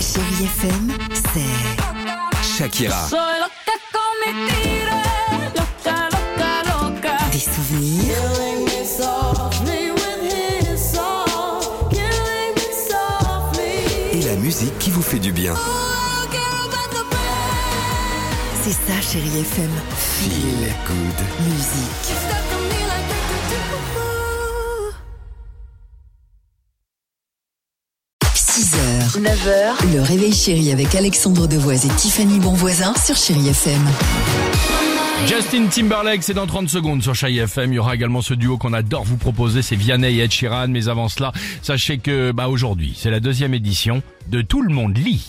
Chérie FM, c'est Shakira, Soy loca con mi tira, loca, loca, loca. des souvenirs, Me with his song, killing me softly. et la musique qui vous fait du bien. Oh, quiero tanto c'est ça Chérie FM. Feel good. Musique. She's stuck on me like do, do, do. 6h, 9h, le réveil chéri avec Alexandre Devoise et Tiffany Bonvoisin sur Chérie FM. Justin Timberlake, c'est dans 30 secondes sur Chai FM. Il y aura également ce duo qu'on adore vous proposer, c'est Vianney et Ed Sheeran. Mais avant cela, sachez que bah, aujourd'hui, c'est la deuxième édition de Tout le monde lit.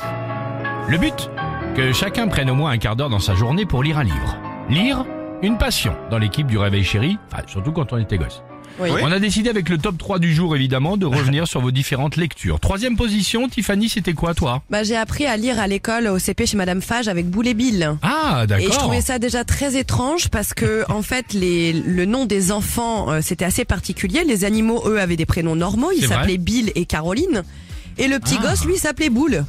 Le but Que chacun prenne au moins un quart d'heure dans sa journée pour lire un livre. Lire, une passion dans l'équipe du Réveil Chéri, enfin, surtout quand on était gosse. On a décidé avec le top 3 du jour évidemment de revenir sur vos différentes lectures. Troisième position, Tiffany, c'était quoi toi Bah, j'ai appris à lire à l'école au CP chez Madame Fage avec Boule et Bill. Ah Et je d'accord. trouvais ça déjà très étrange parce que en fait les le nom des enfants euh, c'était assez particulier. Les animaux eux avaient des prénoms normaux. Ils C'est vrai. Ah. s'appelaient Bill et Caroline. Et le petit gosse lui il s'appelait Boule.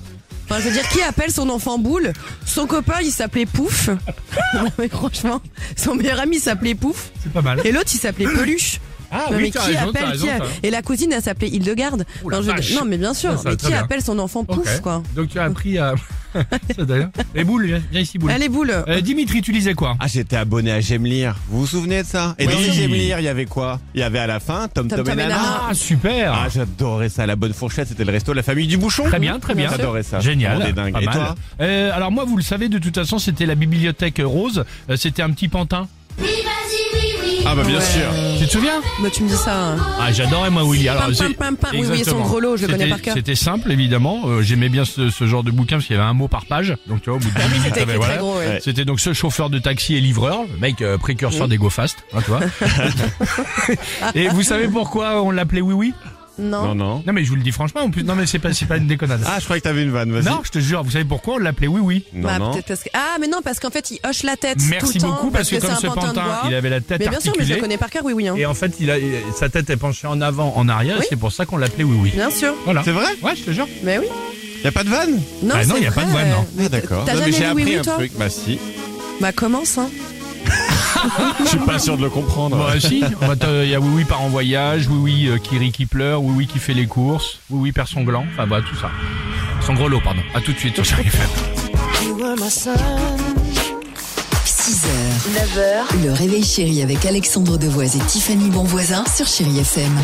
Enfin je veux dire qui appelle son enfant Boule Son copain il s'appelait Pouf. Non, mais franchement son meilleur ami s'appelait Pouf. C'est pas mal. Et l'autre il s'appelait Peluche. Ah Non, oui, mais qui t'as raison, t'as appelle raison, qui a- t'as raison. Et la cousine elle s'appelait Hildegarde. Ouh la Non, je veux dire- vache. non mais bien sûr. Ça, ça, mais très qui bien. appelle son enfant Pouf Ok. quoi Donc tu as appris à... Ça, d'ailleurs. Et boule, viens viens ici boule. Allez Boule. Euh, Dimitri, tu lisais quoi Ah, j'étais abonné à J'aime lire. Vous vous souvenez de ça Et dans Oui. J'aime lire, il y avait quoi Il y avait à la fin Tom Tom, Tom et Tom et Nana. Nana. Ah super Ah, j'adorais ça. La bonne fourchette, c'était le resto de la famille du bouchon. Très bien, très bien. J'adorais ça. Génial, Vraiment des dingues. pas Et mal. toi Euh, alors moi, vous le savez, de toute façon, c'était la bibliothèque rose. Euh, c'était un petit pantin. Ah, bah bien sûr. Tu te souviens Bah tu me dis ça. hein. Ah, j'adorais moi Willy. Alors, Pam, c'est- pam, pam, pam. Oui, oui, Exactement. son grelot, je le connais C'était- par cœur. C'était simple, évidemment. Euh, J'aimais bien ce, ce genre de bouquin parce qu'il y avait un mot par page. Donc tu vois, au bout de 10 minutes, Ah C'était t'avais- écrit voilà. très gros, ouais. Mm. Ouais. C'était donc ce chauffeur de taxi et livreur, le mec euh, précurseur des Go Fast, hein, tu vois. et vous savez pourquoi on l'appelait Oui Oui Non. Non, non. Non mais je vous le dis franchement, en plus, non mais c'est pas, c'est pas une déconnade. Ah, je croyais que t'avais une vanne, vas-y. non, je te jure, vous savez pourquoi on l'appelait Oui Oui non. Bah, non. peut-être parce que- Ah, mais non, parce qu'en fait, il hoche la tête tout Merci le temps. beaucoup parce que, comme c'est ce un pantin, de pantin, bois. il avait la tête Mais bien sûr, mais je la articulée. connais par cœur, oui, oui. hein. et en fait, il a, sa tête est penchée en avant, en arrière, Oui. c'est pour ça qu'on l'appelait Oui Oui. Bien sûr. Voilà. C'est vrai Ouais, je te jure. Mais oui. Y a pas de vanne Non, Ah non, c'est il y a pas de vrai, vanne, non. euh, mais Ah, d'accord. T'as Non, jamais mais j'ai lu appris Oui Oui, un toi truc. Bah, si. Bah, commence, hein. Je suis pas sûr de le comprendre. Moi aussi. Il y a Oui Oui part en voyage, Oui Oui euh, qui rit, qui pleure, Oui Oui qui fait les courses, Oui Oui perd son gland, enfin bah tout ça. Son gros lot, pardon. À tout de suite sur Chérie FM. 6h, 9h, le réveil chéri avec Alexandre Devoise et Tiffany Bonvoisin sur Chérie FM.